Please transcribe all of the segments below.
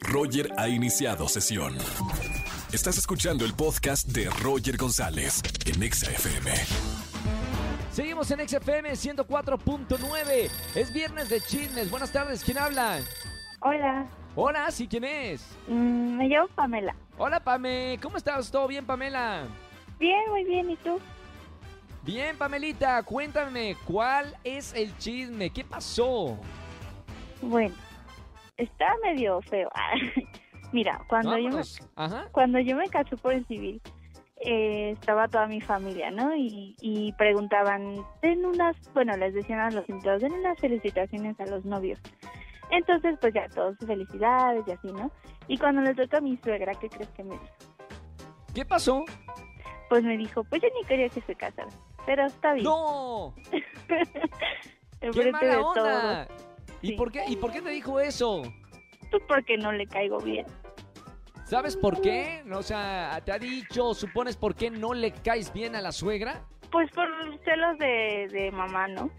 Roger ha iniciado sesión. Estás escuchando el podcast de Roger González en EXA-FM. Seguimos en XFM 104.9. Es viernes de chismes. Buenas tardes, ¿quién habla? Hola, Hola, sí, ¿quién es? mm, me llamo Pamela. Hola, Pame. ¿Cómo estás? ¿Todo bien, Pamela? Bien, muy bien, ¿y tú? Bien, Pamelita, cuéntame, ¿cuál es el chisme? ¿Qué pasó? Bueno, está medio feo. Ah, Mira, cuando yo, me, Vámonos. Ajá. cuando yo me casé por el civil, eh, estaba toda mi familia, ¿no? Y, y preguntaban, den unas, bueno, les decían a los invitados, den unas felicitaciones a los novios. Entonces, pues ya, todos felicidades y así, ¿no? Y cuando le toca a mi suegra, ¿qué crees que me dijo? ¿Qué pasó? Pues me dijo, pues yo ni quería que se casara, pero está bien. ¡No! ¡Qué Enfrente de mala todos. onda! ¿Y Sí. por qué? ¿Y por qué te dijo eso? Pues porque no le caigo bien. ¿Sabes por qué? O sea, ¿te ha dicho, supones por qué no le caes bien a la suegra? Pues por celos de, de mamá, ¿no?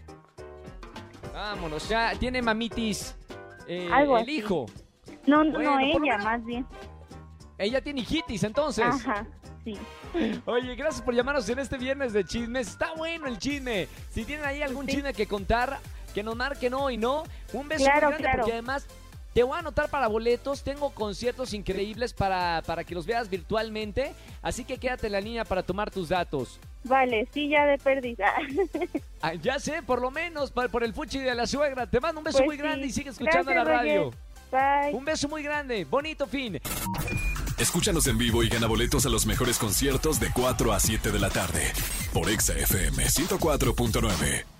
Vámonos, ya tiene mamitis eh, Algo el así. hijo. No, no, Bueno, no, por lo ella, menos- más bien. Ella tiene hijitis, entonces. Ajá, sí. Oye, gracias por llamarnos en este viernes de chismes. Está bueno el chisme. Si tienen ahí algún Sí. chisme que contar, que nos marquen hoy, ¿no? Un beso Claro, muy grande claro. porque además te voy a anotar para boletos. Tengo conciertos increíbles para, para que los veas virtualmente. Así que quédate en la línea para tomar tus datos. Vale, sí, ya de pérdida. Ah, ya sé, por lo menos pa- por el fuchi de la suegra. Te mando un beso Pues muy sí. grande y sigue escuchando Gracias, la Roger. radio. Bye. Un beso muy grande. Bonito fin. Escúchanos en vivo y gana boletos a los mejores conciertos de 4 a 7 de la tarde por EXA-FM 104.9.